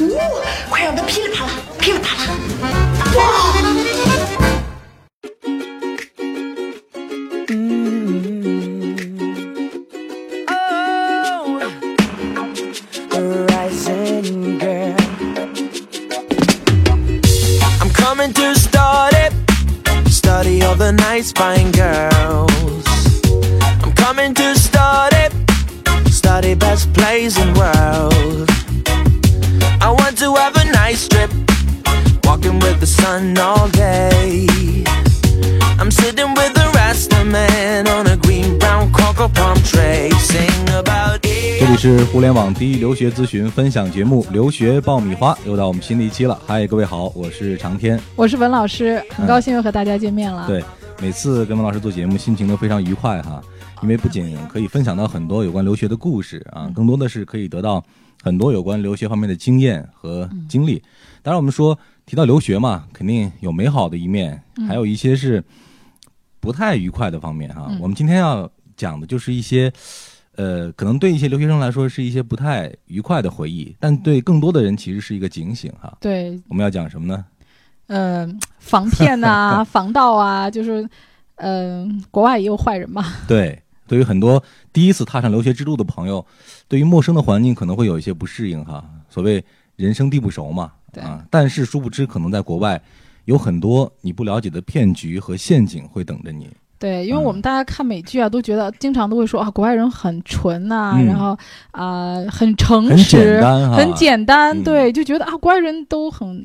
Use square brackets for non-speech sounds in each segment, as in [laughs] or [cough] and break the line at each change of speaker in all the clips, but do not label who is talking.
呜、哦，快让它噼里啪啦，噼里啪啦！哇！
all the nice fine girls. I'm coming to study, study best place in world. I want to have a nice trip, walking with the sun all day. I'm sitting with the rest of men on a green brown cocoa palm tree, sing about
这里是互联网第一留学咨询分享节目《留学爆米花》，又到我们新的一期了。嗨，各位好，我是长天，
我是文老师，很高兴又和大家见面了。
嗯对，每次跟文老师做节目，心情都非常愉快哈，因为不仅可以分享到很多有关留学的故事啊，更多的是可以得到很多有关留学方面的经验和经历。当然，我们说提到留学嘛，肯定有美好的一面，还有一些是不太愉快的方面哈。我们今天要讲的就是一些。呃，可能对一些留学生来说是一些不太愉快的回忆，但对更多的人其实是一个警醒哈。
对，
我们要讲什么呢？
呃，防
[laughs]
骗呐、啊，防盗啊，就是，呃，国外也有坏人嘛。
对，对于很多第一次踏上留学之路的朋友，对于陌生的环境可能会有一些不适应哈。所谓人生地不熟嘛，啊，但是殊不知，可能在国外有很多你不了解的骗局和陷阱会等着你。
对，因为我们大家看美剧啊，都觉得经常都会说啊，国外人很纯呐、啊，
嗯
然后啊、呃、很诚实，
很简单、啊，
很简单，
嗯
对，就觉得啊，国外人
[laughs]
都很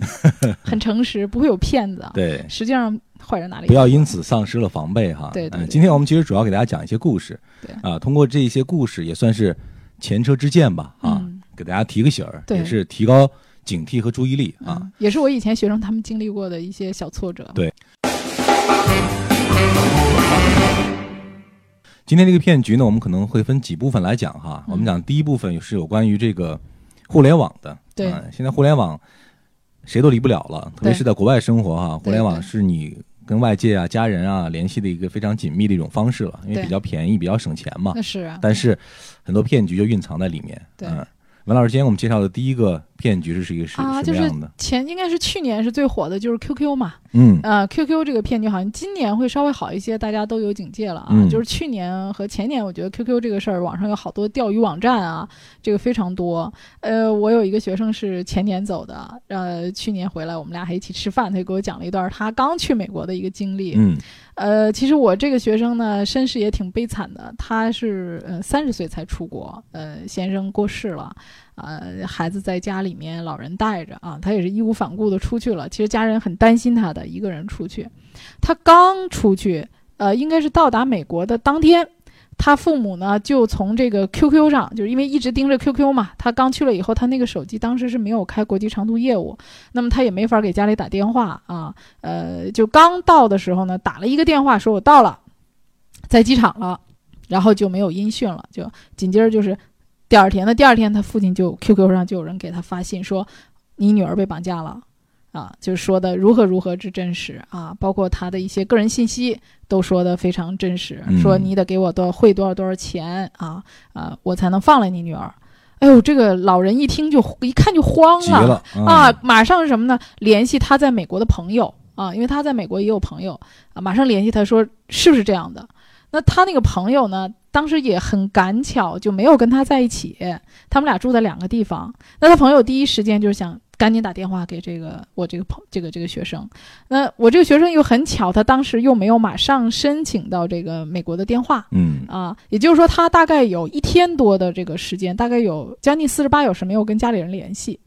很诚实，不会有骗子。，啊
对，
实际上坏人哪里有
不要因此丧失了防备哈。
对对
嗯
对
今天我们其实主要给大家讲一些故事，
对
啊，通过这一些故事也算是前车之鉴吧啊，
嗯
给大家提个醒儿，
对
也是提高警惕和注意力啊。
嗯，也是我以前学生他们经历过的一些小挫折。
对今天这个骗局呢，我们可能会分几部分来讲哈。
嗯
我们讲第一部分是有关于这个互联网的，
对
啊现在互联网谁都离不了了，特别
对
是在国外生活哈，互联网
对
是你跟外界啊、家人啊联系的一个非常紧密的一种方式了，因为
对
比较便宜、比较省钱嘛
那。是啊，
但是很多骗局就蕴藏在里面。
对
嗯，文老师，今天我们介绍的第一个骗局是一个是
啊，
什
就
么
是
样的？
前应该是去年是最火的，就是 QQ 嘛，
嗯
呃，QQ 这个骗局好像今年会稍微好一些，大家都有警戒了啊。
嗯
就是去年和前年，我觉得 QQ 这个事儿，网上有好多钓鱼网站啊，这个非常多。呃，我有一个学生是前年走的，呃，去年回来，我们俩还一起吃饭，他就给我讲了一段他刚去美国的一个经历。
嗯
呃，其实我这个学生呢，身世也挺悲惨的。他是呃三十岁才出国，呃，先生过世了，呃，孩子在家里面老人带着啊，他也是义无反顾的出去了。其实家人很担心他的，一个人出去。他刚出去，呃，应该是到达美国的当天。他父母呢，就从这个 QQ 上，就是因为一直盯着 QQ 嘛。他刚去了以后，他那个手机当时是没有开国际长途业务，那么他也没法给家里打电话啊。呃，就刚到的时候呢，打了一个电话说我到了，在机场了，然后就没有音讯了，就紧接着就是第二天，那第二天他父亲就 QQ 上就有人给他发信说你女儿被绑架了。啊，就是说的如何如何之真实啊，包括他的一些个人信息都说的非常真实，
嗯
说你得给我多少汇多少多少钱啊啊，我才能放了你女儿。哎呦，这个老人一听就一看就慌
急了嗯
啊，马上是什么呢？联系他在美国的朋友啊，因为他在美国也有朋友啊，马上联系他说是不是这样的？那他那个朋友呢，当时也很赶巧，就没有跟他在一起，他们俩住在两个地方。那他朋友第一时间就是想赶紧打电话给这个我这个朋这个这个学生。那我这个学生又很巧，他当时又没有马上申请到这个美国的电话，
嗯
啊，也就是说，他大概有一天多的这个时间，大概有将近四十八小时没有跟家里人联系。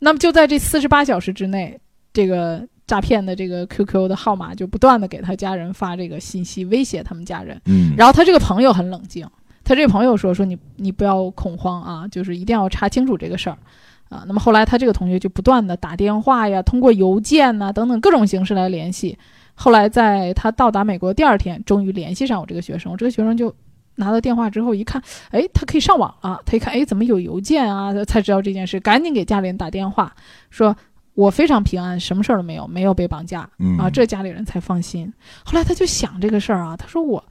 那么就在这四十八小时之内，这个诈骗的这个 QQ 的号码就不断的给他家人发这个信息，威胁他们家人。
嗯，
然后他这个朋友很冷静，他这个朋友说说你你不要恐慌啊，就是一定要查清楚这个事儿啊。那么后来他这个同学就不断的打电话呀，通过邮件呐、等等各种形式来联系。后来在他到达美国第二天，终于联系上我这个学生，我这个学生就。拿到电话之后一看，哎，他可以上网啊！他一看，哎，怎么有邮件啊？他才知道这件事，赶紧给家里人打电话，说我非常平安，什么事儿都没有，没有被绑架
嗯
啊，这家里人才放心。后来他就想这个事儿啊，他说我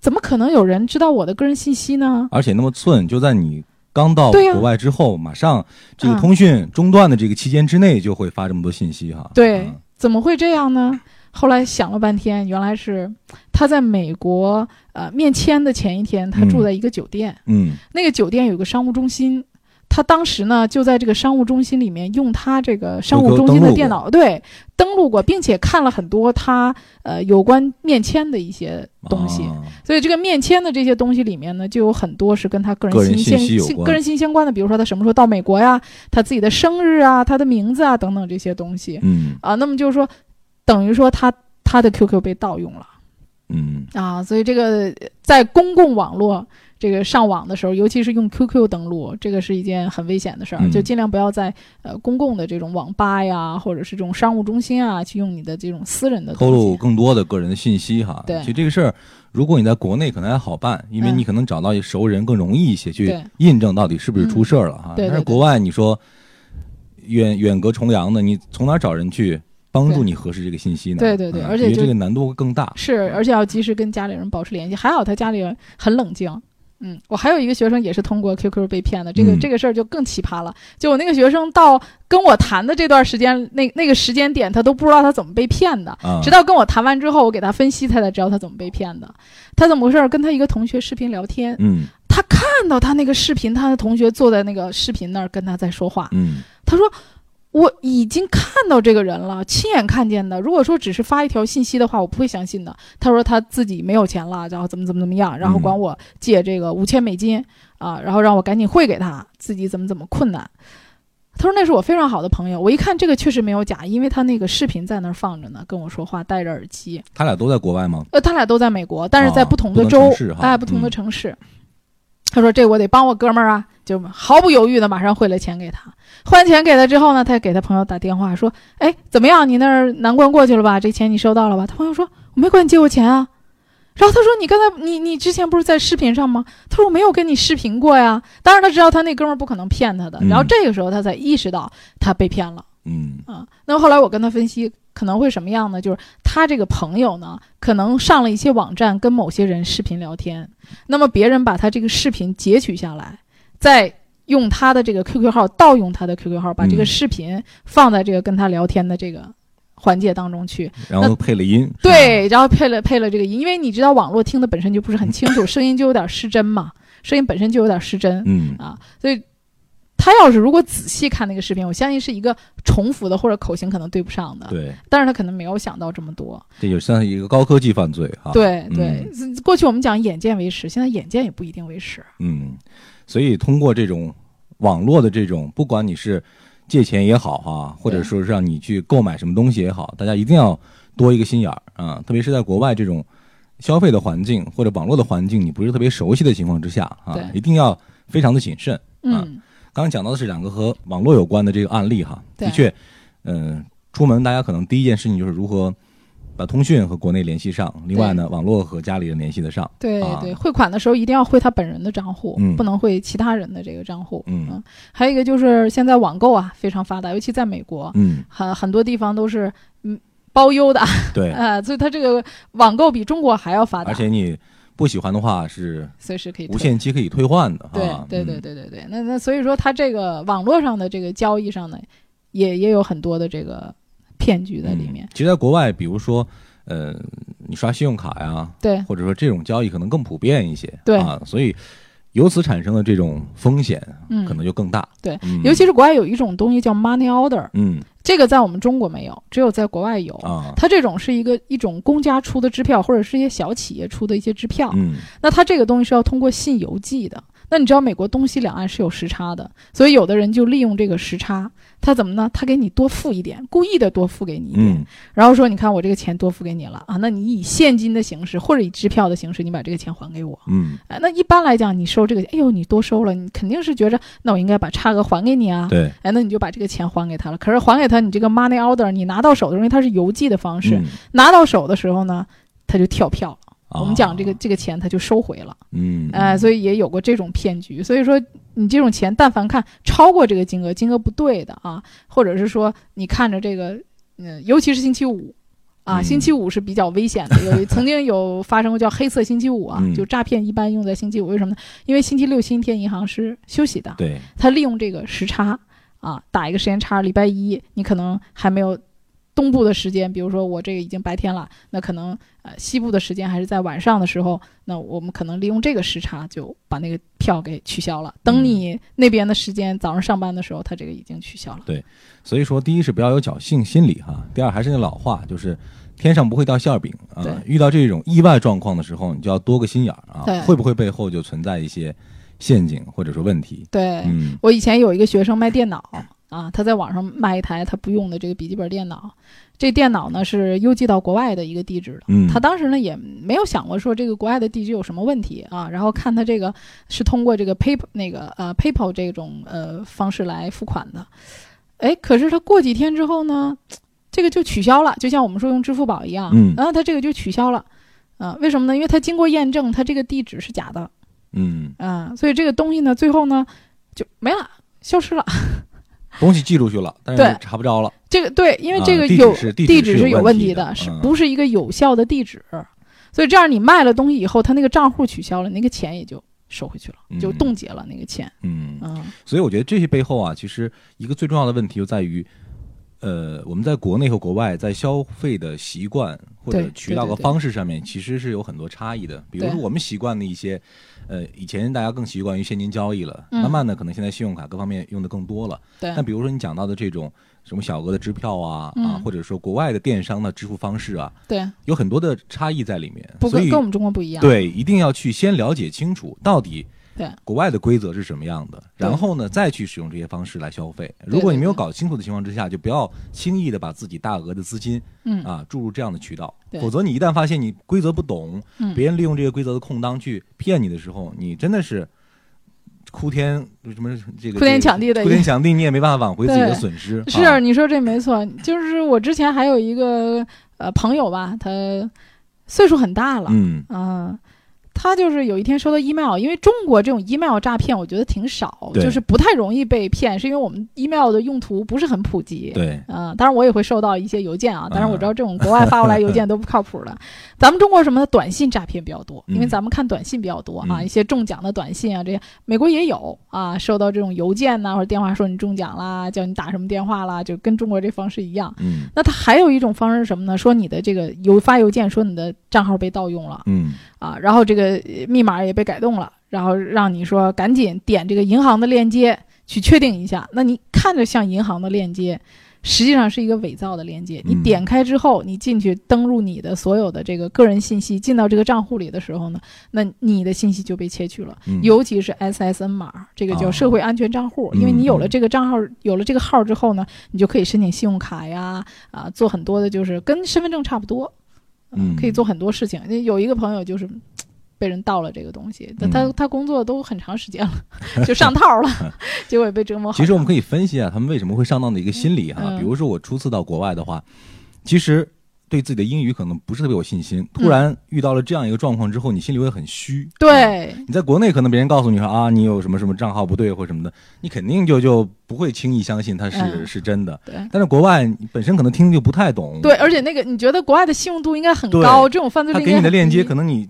怎么可能有人知道我的个人信息呢？
而且那么寸，就在你刚到
对呀
国外之后，马上这个
嗯
通讯中断的这个期间之内，就会发这么多信息哈。
对，
嗯
怎么会这样呢？后来想了半天，原来是他在美国呃面签的前一天，他住
嗯
在一个酒店，
嗯
那个酒店有个商务中心，他当时呢就在这个商务中心里面用他这个商务中心的电脑对登录过，并且看了很多他呃有关面签的一些东西。
啊
所以这个面签的这些东西里面呢，就有很多是跟他个
个
人
人
信息
信息有关
个人信息相关的，比如说他什么时候到美国呀，他自己的生日啊，他的名字啊等等这些东西
嗯
啊。那么就是说，等于说他他的 QQ 被盗用了。
嗯
啊，所以这个在公共网络这个上网的时候，尤其是用 QQ 登录，这个是一件很危险的事儿，
嗯
就尽量不要在呃公共的这种网吧呀，或者是这种商务中心啊，去用你的这种私人的
透
东
露
西。
更多的个人信息哈。
对
其实这个事儿，如果你在国内可能还好办，因为
嗯
你可能找到熟人更容易一些，去
对嗯
印证到底是不是出事儿了哈。
对对
但是
对
国外你说远远隔重洋的，你从哪儿找人去帮助
对
你核实这个信息呢？
对对对
嗯
而且
因为
就
这个难度会更大。
是，而且要及时跟家里人保持联系。还好他家里人很冷静。嗯，我还有一个学生也是通过 QQ 被骗的，这个、
嗯
这个事儿就更奇葩了。就我那个学生到跟我谈的这段时间，那那个时间点，他都不知道他怎么被骗的。
啊，
直到跟我谈完之后，我给他分析，他才知道他怎么被骗的。他怎么回事儿？跟他一个同学视频聊天，
嗯
他看到他那个视频，他的同学坐在那个视频那儿跟他在说话。
嗯
他说：“我已经看到这个人了，亲眼看见的。如果说只是发一条信息的话，我不会相信的。”他说他自己没有钱了，然后怎么怎么怎么样，然后管我借这个五千美金啊，然后让我赶紧汇给他，自己怎么怎么困难。他说那是我非常好的朋友，我一看这个确实没有假，因为他那个视频在那儿放着呢，跟我说话，戴着耳机。
他俩都在国外吗？
呃，他俩都在美国，但是
啊
在不同的
不同
州，
城市哈
哎，不同的
嗯
城市。他说：“这我得帮我哥们儿啊！”就毫不犹豫的马上汇了钱给他。汇完钱给他之后呢，他也给他朋友打电话说：“哎，怎么样？你那儿难关过去了吧？这钱你收到了吧？”他朋友说：“我没管你借过钱啊。”然后他说：“你刚才你你之前不是在视频上吗？”他说：“我没有跟你视频过呀。”当然他知道他那哥们儿不可能骗他的。
嗯
然后这个时候他才意识到他被骗了。
嗯
啊，那么后来我跟他分析可能会什么样呢？就是他这个朋友呢，可能上了一些网站跟某些人视频聊天，那么别人把他这个视频截取下来，再用他的这个 QQ 号盗用他的 QQ 号，把这
嗯
个视频放在这个跟他聊天的这个环节当中去。
然后配了音，是吧，
[laughs] 对，然后配了配了这个音，因为你知道网络听的本身就不是很清楚，声音就有点失真嘛，声音本身就有点失真。
嗯
啊，所以他要是如果仔细看那个视频，我相信是一个重复的或者口型可能对不上的，
对，
但是他可能没有想到这么多。
这就算是一个高科技犯罪哈。，
对
嗯
对，过去我们讲眼见为实，现在眼见也不一定为实。
嗯，所以通过这种网络的这种，不管你是借钱也好哈、或者
对
说是让你去购买什么东西也好，大家一定要多一个心眼儿啊，特别是在国外这种消费的环境或者网络的环境，你不是特别熟悉的情况之下啊
对，
一定要非常的谨慎。啊
嗯，
刚刚讲到的是两个和网络有关的这个案例哈，
对
的确，嗯、出门大家可能第一件事情就是如何把通讯和国内联系上，另外呢，网络和家里人联系得上。
对
啊
对，汇款的时候一定要汇他本人的账户，
嗯
不能汇其他人的这个账户。
嗯
还有一个就是现在网购啊非常发达，尤其在美国，
嗯，
很很多地方都是嗯包邮的，
对，
呃， [laughs] 所以它这个网购比中国还要发达，
而且你不喜欢的话是
随时可以退
无限期可以退换的。
对
啊、
对对
嗯
对对对，那那所以说，它这个网络上的这个交易上呢，也也有很多的这个骗局在里面。
嗯其实，在国外，比如说，呃，你刷信用卡呀，
对
或者说这种交易可能更普遍一些。
对
啊，所以由此产生的这种风险
嗯
可能就更大。
对
嗯
尤其是国外有一种东西叫 money order，
嗯
这个在我们中国没有，只有在国外有。
啊
它这种是一个一种公家出的支票，或者是一些小企业出的一些支票。
嗯
那它这个东西是要通过信邮寄的。那你知道美国东西两岸是有时差的，所以有的人就利用这个时差，他怎么呢？他给你多付一点，故意的多付给你一点，
嗯
然后说你看我这个钱多付给你了啊，那你以现金的形式或者以支票的形式，你把这个钱还给我。
嗯，
哎，那一般来讲，你收这个，哎呦，你多收了，你肯定是觉着那我应该把差额还给你啊。
对，
哎，那你就把这个钱还给他了。可是还给他，你这个 money order 你拿到手的时候，因为它是邮寄的方式，
嗯
拿到手的时候呢，他就跳票了。
啊
我们讲这个这个钱他就收回了，
嗯，
哎、所以也有过这种骗局。所以说，你这种钱但凡看超过这个金额，金额不对的啊，或者是说你看着这个，嗯，尤其是星期五。啊，
嗯
星期五是比较危险的，有曾经有发生过叫黑色星期五啊，
嗯
就诈骗一般用在星期五，为什么呢？因为星期六、星期天银行是休息的，
对，
他利用这个时差啊，打一个时间差，礼拜一你可能还没有东部的时间，比如说我这个已经白天了，那可能呃西部的时间还是在晚上的时候，那我们可能利用这个时差就把那个票给取消了。等你那边的时间早上上班的时候，他这个已经取消了。
所以说，第一是不要有侥幸心理哈，第二还是那老话，就是天上不会掉馅儿饼啊
对。
遇到这种意外状况的时候，你就要多个心眼儿啊
对，
会不会背后就存在一些陷阱或者说问题？
对，
嗯
我以前有一个学生卖电脑啊，他在网上卖一台他不用的这个笔记本电脑，这电脑呢是邮寄到国外的一个地址的。
嗯，
他当时呢也没有想过说这个国外的地址有什么问题啊，然后看他这个是通过这个 PayPal 那个呃 PayPal 这种呃方式来付款的，哎，可是他过几天之后呢，这个就取消了，就像我们说用支付宝一样，
嗯
然后他这个就取消了，啊、为什么呢？因为他经过验证，他这个地址是假的，
嗯，
啊、所以这个东西呢，最后呢就没了，消失了。
东西寄出去了，但是
对
查不着了。
这个对，因为
啊
这个
地址
有、
是地
地
址是
是
有
有
问题
题
的
是
嗯
不是一个有效的地址？所以这样你卖了东西以后，他那个账户取消了，那个钱也就收回去了，就
嗯
冻结了那个钱。
嗯，
嗯，
所以我觉得这些背后啊，其实一个最重要的问题就在于，呃，我们在国内和国外在消费的习惯或者
对
渠道
对
和
对对
方式上面，其实是有很多差异的。比如说
对
我们习惯的一些，呃，以前大家更习惯于现金交易了，
嗯
慢慢的可能现在信用卡各方面用的更多了。
对
但比如说你讲到的这种什么小额的支票啊啊
嗯，
或者说国外的电商的支付方式啊，
对，
有很多的差异在里面。
不
所
跟
以
跟我们中国不一样。
对，一定要去先了解清楚到底
对
国外的规则是什么样的，
对
然后呢再去使用这些方式来消费。如果你没有搞清楚的情况之下，就不要轻易的把自己大额的资金
嗯
啊注入这样的渠道，
对
否则你一旦发现你规则不懂，
嗯
别人利用这个规则的空当去骗你的时候，你真的是。哭天什么这个
哭天抢地的
哭天抢地，你也没办法挽回自己的
对
损失。
是、
啊
你说这没错，就是我之前还有一个呃朋友吧，他岁数很大了，
嗯
嗯，他就是有一天收到 email，因为中国这种 email 诈骗，我觉得挺少，
对
就是不太容易被骗，是因为我们 email 的用途不是很普及。
对，
嗯，当然我也会收到一些邮件啊，当然我
嗯
知道这种国外发过来邮件都不靠谱的。
[laughs]
咱们中国什么的短信诈骗比较多，因为
嗯
咱们看短信比较多啊，
嗯
一些中奖的短信啊，这些美国也有啊，收到这种邮件呐、或者电话说你中奖啦，叫你打什么电话啦，就跟中国这方式一样。
嗯
那它还有一种方式是什么呢？说你的这个邮发邮件说你的账号被盗用了，
嗯
啊，然后这个呃密码也被改动了，然后让你说赶紧点这个银行的链接去确定一下。那你看着像银行的链接，实际上是一个伪造的链接。你
嗯
点开之后，你进去登录你的所有的这个个人信息，进到这个账户里的时候呢，那你的信息就被窃取了。
嗯，
尤其是 SSN 码，这个
哦
叫社会安全账户，因为
嗯
你有了
嗯
这个账号，有了这个号之后呢，你就可以申请信用卡呀，啊，做很多的就是跟身份证差不多，
嗯
可以做很多事情。有一个朋友就是嘖被人盗了这个东西，但他、
嗯
他工作都很长时间了，就上套
[laughs]
了，结果也被折磨好长。
其实我们可以分析啊，他们为什么会上当的一个心理哈、
嗯
比如说我初次到国外的话，其实对自己的英语可能不是特别有信心，突然遇到了这样一个状况之后，你心里会很虚。啊
对
你在国内可能别人告诉你说啊，你有什么什么账号不对或什么的，你肯定就就不会轻易相信它是、
嗯
是真的。
对
但是国外你本身可能听就不太懂，
对，而且那个你觉得国外的信用度应该很
对
高，这种犯罪
他
率
给你的链接
能
可能你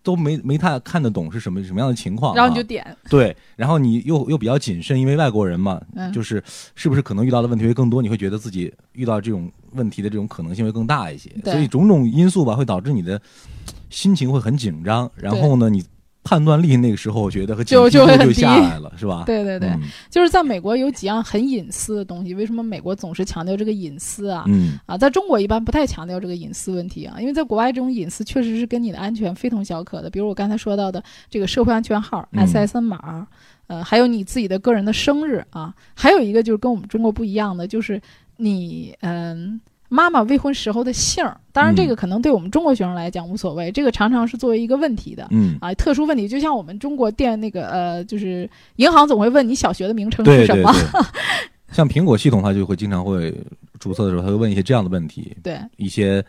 都没没太看得懂是什么什么样的情况、啊，
然后你就点，
对，然后你又又比较谨慎，因为外国人嘛，
嗯
就是是不是可能遇到的问题会更多？你会觉得自己遇到这种问题的这种可能性会更大一些，
对
所以种种因素吧，会导致你的心情会很紧张，然后呢，你判断力那个时候，我觉得和警
就
惕
就会
度
很
就
低
下来了，是吧？
对对对，
嗯
就是在美国有几样很隐私的东西，为什么美国总是强调这个隐私啊？
嗯，
啊，在中国一般不太强调这个隐私问题啊，因为在国外这种隐私确实是跟你的安全非同小可的。比如我刚才说到的这个社会安全号、
嗯
SSN 码，呃，还有你自己的个人的生日啊，还有一个就是跟我们中国不一样的，就是你嗯。妈妈未婚时候的姓儿，当然这
嗯
个可能对我们中国学生来讲无所谓，这个常常是作为一个问题的。
嗯，
啊，特殊问题，就像我们中国电那个呃，就是银行总会问你小学的名称是
对
什
对
么，
对。像苹果系统，它就会经常会注册的时候，它会问一些这样的问题，
对
一些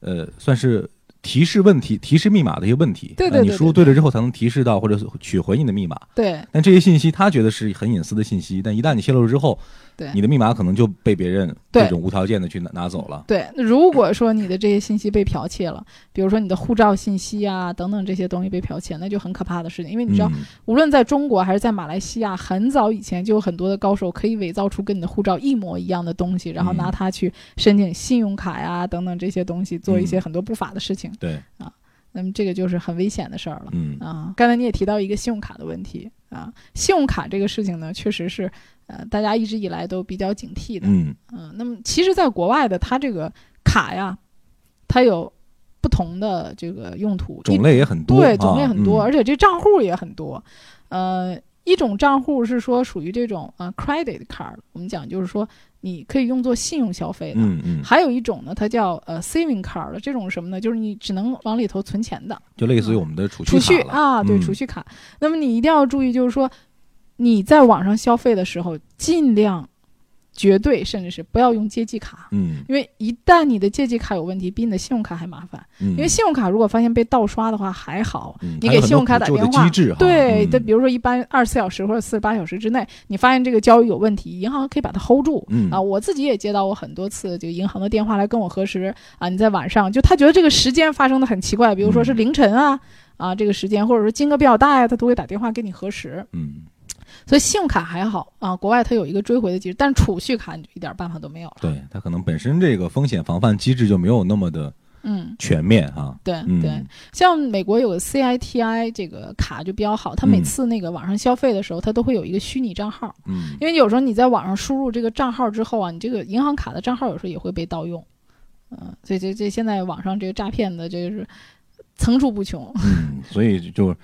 呃，算是提示问题、提示密码的一些问题。
对对
呃你
对
输入对了之后，才能提示到或者取回你的密码。
对
但这些信息，他觉得是很隐私的信息，但一旦你泄露之后，
对
你的密码可能就被别人
对
这种无条件的去拿拿走了。
对。那如果说你的这些信息被剽窃了，比如说你的护照信息啊等等这些东西被剽窃，那就很可怕的事情，因为你知道，
嗯
无论在中国还是在马来西亚，很早以前就有很多的高手可以伪造出跟你的护照一模一样的东西，然后
嗯
拿它去申请信用卡呀、等等这些东西，做一些
嗯
很多不法的事情。啊
对，
那么这个就是很危险的事儿了。
嗯
啊，刚才你也提到一个信用卡的问题啊，信用卡这个事情呢，确实是呃大家一直以来都比较警惕的。
嗯
嗯那么其实，在国外的它这个卡呀，它有不同的这个用途，一
种类也很多，
对
啊
种类很多，
嗯
而且这账户也很多。呃，一种账户是说属于这种呃 credit card，我们讲就是说你可以用作信用消费的。
嗯嗯，
还有一种呢，它叫呃 saving card 的，这种什么呢？就是你只能往里头存钱的。
就类似于我们的储
储蓄
蓄卡了
啊，对，
嗯
储蓄卡。那么你一定要注意，就是说你在网上消费的时候，尽量绝对甚至是不要用借记卡。
嗯
因为一旦你的借记卡有问题，比你的信用卡还麻烦。
嗯，
因为信用卡如果发现被盗刷的话还好，
嗯
你
还有
给
很
信用
多
卡
补
打
救
电
的
话，
机制哈，
对，
嗯
但比如说一般二十四小时或者四十八小时之内，你发现这个交易有问题，银行可以把它 hold 住。
嗯
啊，我自己也接到过很多次这个银行的电话来跟我核实啊，你在晚上就他觉得这个时间发生的很奇怪，比如说是
嗯
凌晨啊啊这个时间，或者说金额比较大呀，他都会打电话给你核实。
嗯，
所以信用卡还好啊，国外它有一个追回的机制，但是储蓄卡你就一点办法都没有了。
对，它可能本身这个风险防范机制就没有那么的
嗯，
全面哈。
对
嗯
对，像美国有个 CITI 这个卡就比较好，它每
嗯
次那个网上消费的时候，它都会有一个虚拟账号。
嗯，
因为有时候你在网上输入这个账号之后啊，你这个银行卡的账号有时候也会被盗用，嗯，所以这这现在网上这个诈骗的这是层出不穷，
嗯，所以就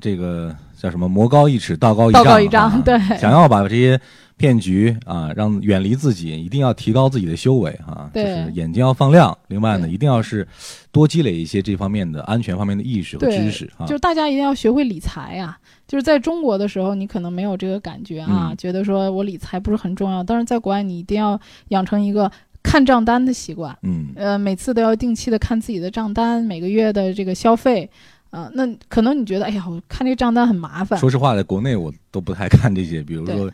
这个叫什么“魔高一尺，道高一
道
丈”。
高一丈
啊
对
想要把这些骗局啊，让远离自己，一定要提高自己的修为啊，就
对
是眼睛要放亮。另外呢，
对
一定要是多积累一些这方面的安全方面的意识和
对
知识啊
就。是大家一定要学会理财啊。就是在中国的时候，你可能没有这个感觉啊，
嗯
觉得说我理财不是很重要，但是在国外你一定要养成一个看账单的习惯，
嗯
呃，每次都要定期的看自己的账单，每个月的这个消费。啊、那可能你觉得，哎呀，我看这账单很麻烦，
说实话，在国内我都不太看这些，比如
对
说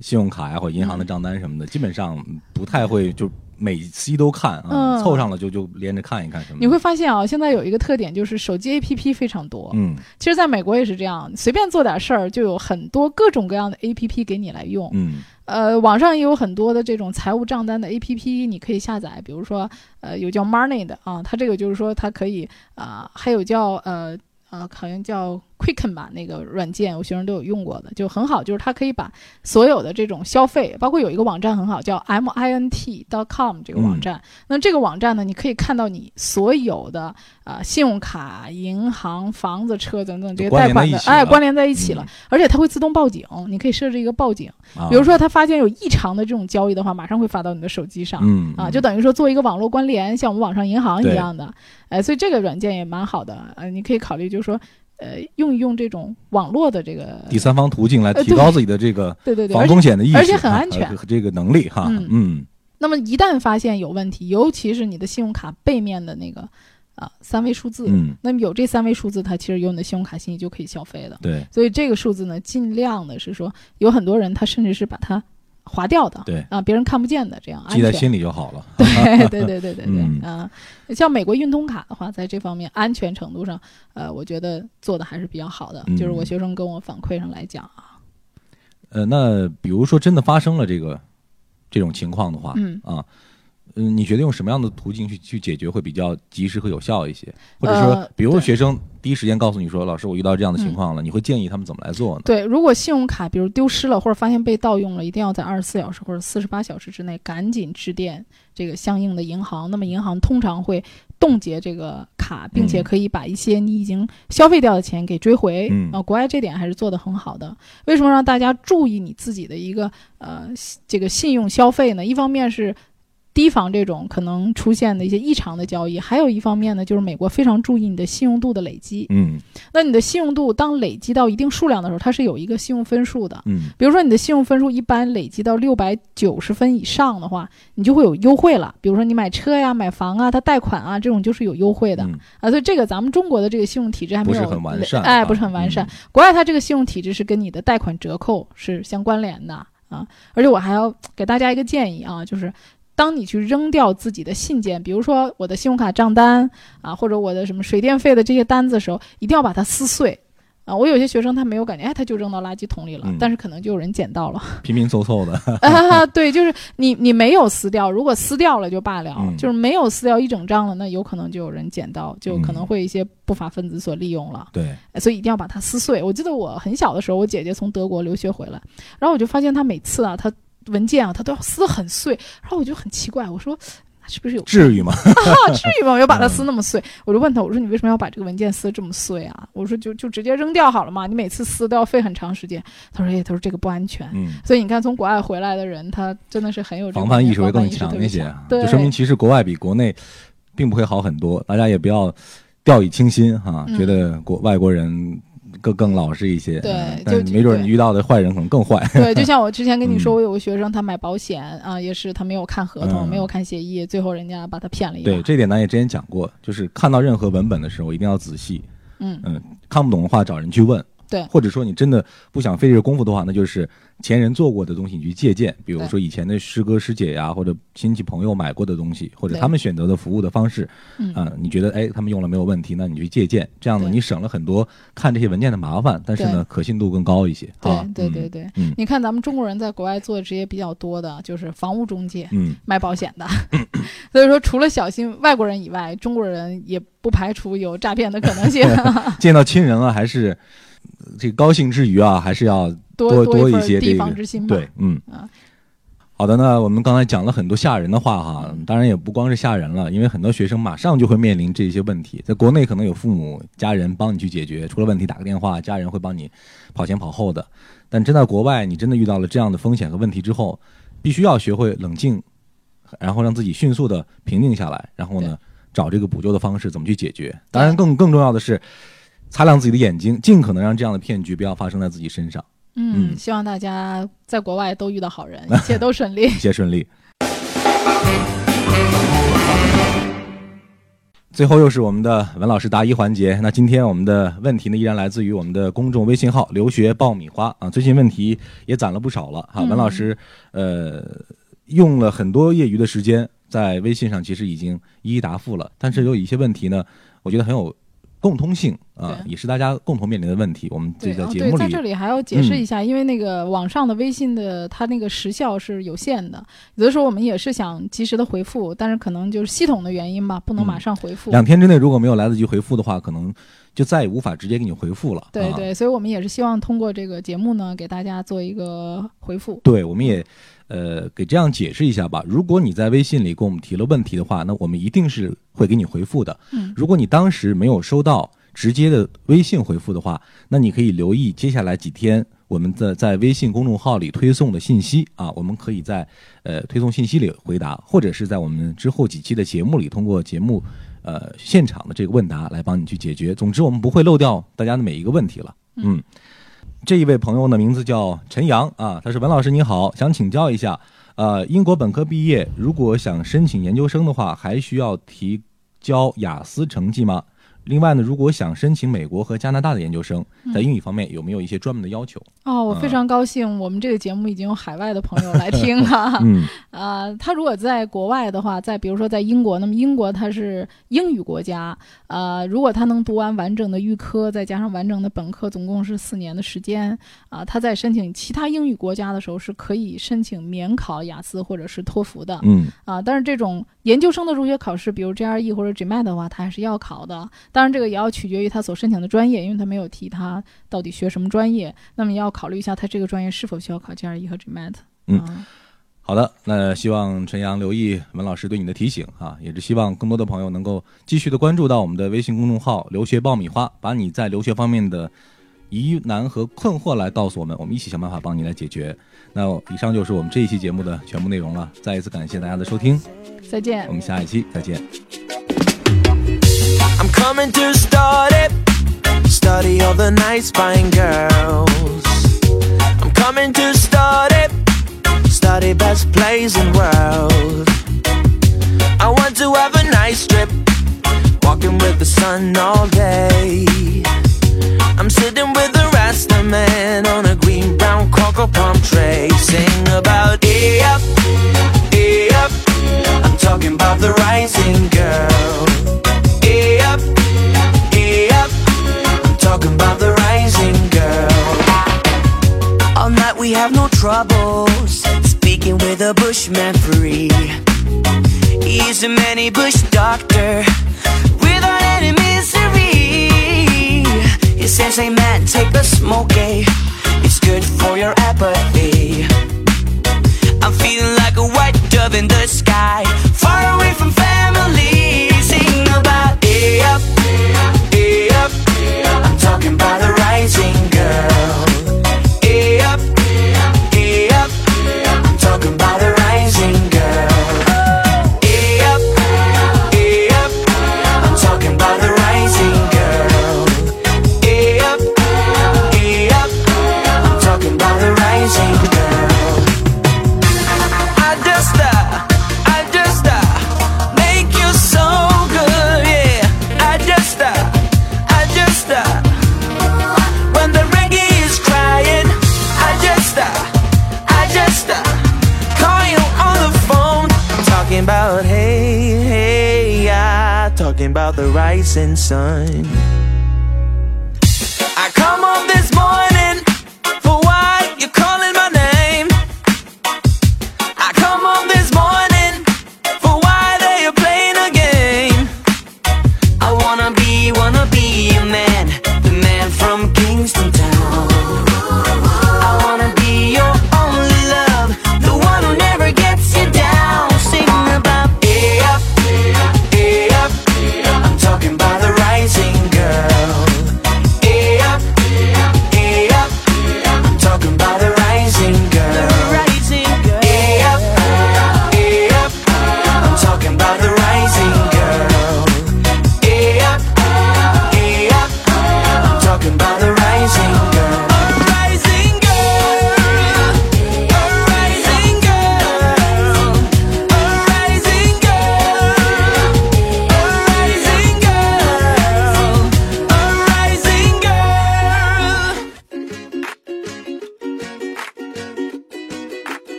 信用卡呀、或者银行的
嗯
账单什么的，基本上不太会就每期都看啊，
嗯
凑上了就就连着看一看什么的。
你会发现啊，现在有一个特点就是手机 APP 非常多。
嗯
其实，在美国也是这样，随便做点事儿就有很多各种各样的 APP 给你来用。
嗯
呃，网上也有很多的这种财务账单的 APP，你可以下载，比如说呃有叫 Money 的啊，它这个就是说它可以啊、还有叫呃。呃，好像叫 Quicken 吧，那个软件我学生都有用过的，就很好，就是它可以把所有的这种消费，包括有一个网站很好，叫 mint.com 这个
嗯
网站。那这个网站呢，你可以看到你所有的啊、呃信用卡、银行、房子、车等等这些
关
贷
联在
款
一
的，
起
哎，
了
关联在一起了，
嗯
而且它会自动报警，你可以设置一个报警。
啊，
比如说他发现有异常的这种交易的话，马上会发到你的手机上。
嗯
啊，就等于说做一个网络关联，像我们网上银行一
对
样的，哎，所以这个软件也蛮好的，呃，你可以考虑就是说，呃，用一用这种网络的这个，
第三方途径来
呃
提
对
高自己的这个
对对对，
防
而且
风险的意识，
而且很安全
啊和这个能力哈。
嗯
嗯
那么一旦发现有问题，尤其是你的信用卡背面的那个啊三位数字，
嗯，
那么有这三位数字，它其实有你的信用卡信息就可以消费的。
对
所以这个数字呢，尽量的是说，有很多人他甚至是把它划掉的，
对，
啊，别人看不见的，这样安
记在
全。
心里就好了。 [laughs]
对对对对对对，
嗯
啊，像美国运通卡的话，在这方面安全程度上，呃，我觉得做的还是比较好的。
嗯
就是我学生跟我反馈上来讲啊，
呃，那比如说真的发生了这个这种情况的话，
嗯
啊，嗯，你觉得用什么样的途径去去解决会比较及时和有效一些？或者说
呃，
比如
对嗯
学生第一时间告诉你说，老师，我遇到这样的情况了，你会建议他们怎么来做呢？
对，如果信用卡比如丢失了或者发现被盗用了，一定要在二十四小时或者四十八小时之内赶紧致电这个相应的银行。那么银行通常会冻结这个卡，并且
嗯
可以把一些你已经消费掉的钱给追回。
嗯
啊、国外这点还是做得很好的。为什么让大家注意你自己的一个呃这个信用消费呢？一方面是提防这种可能出现的一些异常的交易，还有一方面呢，就是美国非常注意你的信用度的累积。
嗯
那你的信用度当累积到一定数量的时候，它是有一个信用分数的。
嗯
比如说你的信用分数一般累积到六百九十分以上的话，你就会有优惠了。比如说你买车呀、买房啊、它贷款啊这种就是有优惠的、
嗯，
啊。所以这个咱们中国的这个信用体制还没有
不是很完善
哎，
啊
不是很完善。
嗯
国外它这个信用体制是跟你的贷款折扣是相关联的啊。而且我还要给大家一个建议啊，就是当你去扔掉自己的信件，比如说我的信用卡账单啊，或者我的什么水电费的这些单子的时候，一定要把它撕碎。啊，我有些学生他没有感觉，哎，他就扔到垃圾桶里了，
嗯
但是可能就有人捡到了。
拼拼凑凑的，
啊， [laughs] 对，就是你你没有撕掉，如果撕掉了就罢了，
嗯
就是没有撕掉一整张了，那有可能就有人捡到，就可能
嗯
会一些不法分子所利用了。
对，
所以一定要把它撕碎。我记得我很小的时候，我姐姐从德国留学回来，然后我就发现她每次啊，她文件啊，她都要撕得很碎，然后我就很奇怪，我说。是不是有
至于吗？ [laughs]
啊？至于吗？我又把
嗯
它撕那么碎，我就问她，我说你为什么要把这个文件撕得这么碎啊？我说就就直接扔掉好了嘛，你每次撕都要费很长时间。她说，哎，她说这个不安全。
嗯，
所以你看，从国外回来的人，他真的是很有这
防
方
范
面
意识会
防范
更
意识
强
特别
一些
强
啊，
对，
就说明其实国外比国内并不会好很多，大家也不要掉以轻心哈，
嗯
觉得国外国人更更老实一些，
对
嗯
就
但是没准
对
你遇到的坏人可能更坏，
对，就像我之前跟你说，
嗯
我有个学生，他买保险啊，也是他没有看合同，
嗯
没有看协议，最后人家把他骗了一把。
对，这点咱也之前讲过，就是看到任何文本的时候一定要仔细，
嗯
嗯，看不懂的话找人去问。
对
或者说你真的不想费这个功夫的话，那就是前人做过的东西你去借鉴，比如
对
说以前的师哥师姐呀，或者亲戚朋友买过的东西，或者
对
他们选择的服务的方式，
嗯
啊、你觉得哎他们用了没有问题，那你去借鉴，这样呢
对
你省了很多看这些文件的麻烦，但是呢可信度更高一些，好吧
对对对，对，
嗯
你看咱们中国人在国外做的职业比较多的，就是房屋中介、
嗯
卖保险的， [laughs] 所以说除了小心外国人以外，中国人也不排除有诈骗的可
[laughs]
能性。
嗯，见到亲人了还是呃这个高兴之余啊，还是要多
多
一
份
些这
提
个
防之心吧。
对，嗯
啊
好的，那我们刚才讲了很多吓人的话哈，当然也不光是吓人了，因为很多学生马上就会面临这些问题，在国内可能有父母、家人帮你去解决，出了问题打个电话，家人会帮你跑前跑后的。但真到国外，你真的遇到了这样的风险和问题之后，必须要学会冷静，然后让自己迅速的平静下来，然后呢，找这个补救的方式怎么去解决。当然更，更重要的是，擦亮自己的眼睛，尽可能让这样的骗局不要发生在自己身上。
嗯，
嗯
希望大家在国外都遇到好人，一切都顺
[laughs]
利。
一切顺利。最后又是我们的文老师答疑环节。那今天我们的问题呢，依然来自于我们的公众微信号“留学爆米花”啊。最近问题也攒了不少了哈。
嗯
文老师，呃，用了很多业余的时间在微信上，其实已经一一答复了。但是有一些问题呢，我觉得很有共通性啊，
对
也是大家共同面临的问题。我们自
对，
己在
哦
节目
对，在
里
这里还要解释
嗯
一下，因为那个网上的微信的它那个时效是有限的，有的时候我们也是想及时的回复，但是可能就是系统的原因吧，不能马
嗯
上回复。
两天之内如果没有来得及回复的话，可能就再也无法直接给你回复了。
对
啊
对，所以我们也是希望通过这个节目呢，给大家做一个回复。
对，我们也呃给这样解释一下吧。如果你在微信里给我们提了问题的话，那我们一定是会给你回复的。
嗯
如果你当时没有收到直接的微信回复的话，那你可以留意接下来几天我们的在微信公众号里推送的信息啊，我们可以在呃推送信息里回答，或者是在我们之后几期的节目里通过节目呃现场的这个问答来帮你去解决。总之，我们不会漏掉大家的每一个问题了。嗯。这一位朋友呢，名字叫陈阳啊，他是文老师，你好，想请教一下，呃，英国本科毕业，如果想申请研究生的话，还需要提交雅思成绩吗？另外呢，如果想申请美国和加拿大的研究生，在
嗯
英语方面有没有一些专门的要求？
哦，我非
啊
常高兴，我们这个节目已经有海外的朋友来听
[laughs]
了。[laughs]
嗯
呃，他如果在国外的话，在比如说在英国，那么英国它是英语国家，呃，如果他能读完完整的预科，再加上完整的本科，总共是四年的时间啊、他在申请其他英语国家的时候是可以申请免考雅思或者是托福的
嗯
啊、但是这种研究生的入学考试，比如 GRE 或者 GMAT 的话，他还是要考的。啊当然，这个也要取决于他所申请的专业，因为他没有提他到底学什么专业，那么也要考虑一下他这个专业是否需要考 GRE 和 GMAT。
嗯
啊
好的，那希望陈阳留意文老师对你的提醒啊，也是希望更多的朋友能够继续的关注到我们的微信公众号“留学爆米花”，把你在留学方面的疑难和困惑来告诉我们，我们一起想办法帮你来解决。那以上就是我们这一期节目的全部内容了，再一次感谢大家的收听，
再见
我。们下一期再见。
I'm coming to start it. Study all the nice fine girls. I'm coming to start it. Study best plays in world. I want to have a nice trip. Walking with the sun all day. I'm sitting with the rest of men on a green brown cocoa palm tray. Sing about E up, E up. I'm talking about the rising girl. E up, E up. I'm talking about the rising girl. All night we have no troubles. Speaking with a bushman free. He's a many bush doctor without any misery. He says, Hey man, take a smoke, eh? It's good for your apathy. I'm feeling like a white dove in the sky, far away from family. Sing about E up, E up. I'm talking about the rising girl. E up, E up. I'm talking about the rising girl. E up, E up. I'm talking about the rising girl. E up, E up. I'm talking about the rising girl. I just uh, I just uh, make you so good, yeah. I just uh, I just uh, when the reggae is crying, I just uh, I just uh, call you on the phone, talking about hey hey yeah, talking about the rising sun. I come up this morning for why you're calling my name. I come home this morning for why they are playing a game. I wanna be, wanna be a man, the man from Kingston Town. I wanna be your only love, the one who never gets you down. Sing about E up, E up. I'm talking about the rising girl. E up, E up. I'm talking about the rising girl. E Hey up, hey up, E I'm talking about the rising girl. E Hey up, hey up, I'm talking about the rising girl.